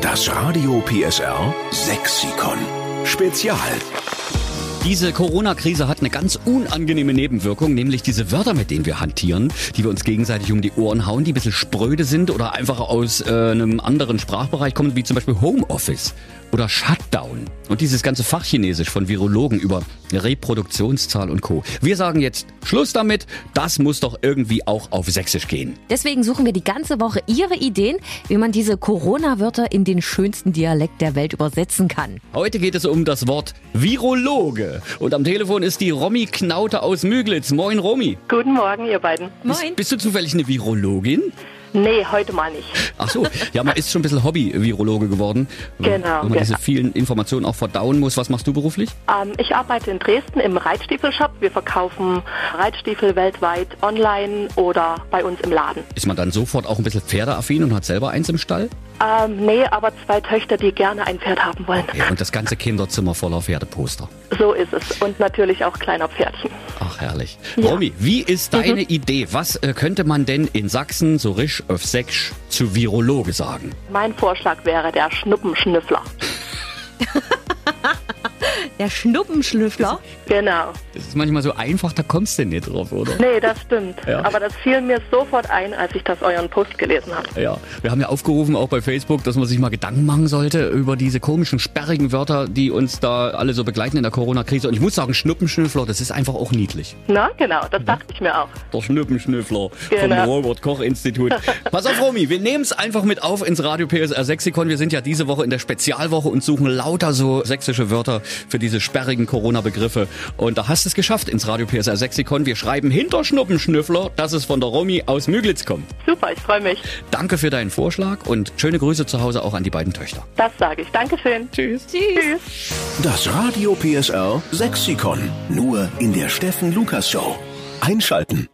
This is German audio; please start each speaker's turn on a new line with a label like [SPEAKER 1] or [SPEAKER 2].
[SPEAKER 1] Das Radio PSR Sexikon. Spezial.
[SPEAKER 2] Diese Corona-Krise hat eine ganz unangenehme Nebenwirkung, nämlich diese Wörter, mit denen wir hantieren, die wir uns gegenseitig um die Ohren hauen, die ein bisschen spröde sind oder einfach aus äh, einem anderen Sprachbereich kommen, wie zum Beispiel Homeoffice oder Shutdown. Und dieses ganze Fachchinesisch von Virologen über Reproduktionszahl und Co. Wir sagen jetzt Schluss damit, das muss doch irgendwie auch auf Sächsisch gehen.
[SPEAKER 3] Deswegen suchen wir die ganze Woche Ihre Ideen, wie man diese Corona-Wörter in den schönsten Dialekt der Welt übersetzen kann.
[SPEAKER 2] Heute geht es um das Wort Virologe. Und am Telefon ist die Romy Knaute aus Müglitz. Moin Romy.
[SPEAKER 4] Guten Morgen, ihr beiden.
[SPEAKER 3] Moin.
[SPEAKER 2] Bist du zufällig eine Virologin?
[SPEAKER 4] Nee, heute mal nicht.
[SPEAKER 2] Ach so, ja, man ist schon ein bisschen Hobby-Virologe geworden.
[SPEAKER 4] Genau,
[SPEAKER 2] Wenn man
[SPEAKER 4] ja.
[SPEAKER 2] diese vielen Informationen auch verdauen muss. Was machst du beruflich?
[SPEAKER 4] Ähm, ich arbeite in Dresden im Reitstiefelshop. Wir verkaufen Reitstiefel weltweit online oder bei uns im Laden.
[SPEAKER 2] Ist man dann sofort auch ein bisschen pferdeaffin und hat selber eins im Stall?
[SPEAKER 4] Ähm, nee, aber zwei Töchter, die gerne ein Pferd haben wollen.
[SPEAKER 2] Ja, Und das ganze Kinderzimmer voller Pferdeposter.
[SPEAKER 4] So ist es. Und natürlich auch kleiner Pferdchen.
[SPEAKER 2] Ach, herrlich. Romy, wie ist
[SPEAKER 4] Mhm.
[SPEAKER 2] deine Idee? Was äh, könnte man denn in Sachsen so risch auf Sächsch zu Virologe sagen?
[SPEAKER 4] Mein Vorschlag wäre der Schnuppenschnüffler.
[SPEAKER 3] Der Schnuppenschlüffler.
[SPEAKER 4] Genau.
[SPEAKER 2] Das ist manchmal so einfach, da kommst du nicht drauf, oder?
[SPEAKER 4] Nee, das stimmt.
[SPEAKER 2] Ja.
[SPEAKER 4] Aber das fiel mir sofort ein, als ich das euren Post gelesen habe.
[SPEAKER 2] Ja, wir haben ja aufgerufen, auch bei Facebook, dass man sich mal Gedanken machen sollte über diese komischen, sperrigen Wörter, die uns da alle so begleiten in der Corona-Krise. Und ich muss sagen, Schnuppenschnüffler, das ist einfach auch niedlich.
[SPEAKER 4] Na, genau. Das dachte ich mir auch.
[SPEAKER 2] Der Schnuppenschnüffler
[SPEAKER 4] Genau.
[SPEAKER 2] vom Robert-Koch-Institut. Pass auf, Romy, wir nehmen es einfach mit auf ins Radio PSR Sexikon. Wir sind ja diese Woche in der Spezialwoche und suchen lauter so sächsische Wörter für diese sperrigen Corona-Begriffe. Und da hast du es geschafft ins Radio PSR Sexikon. Wir schreiben hinter Schnuppenschnüffler, dass es von der Romy aus Müglitz kommt.
[SPEAKER 4] Super, ich freue mich.
[SPEAKER 2] Danke für deinen Vorschlag und schöne Grüße zu Hause auch an die beiden Töchter.
[SPEAKER 4] Das sage ich. Dankeschön.
[SPEAKER 2] Tschüss.
[SPEAKER 4] Tschüss.
[SPEAKER 1] Das Radio PSR Sexikon. Nur in der Steffen Lukas Show. Einschalten.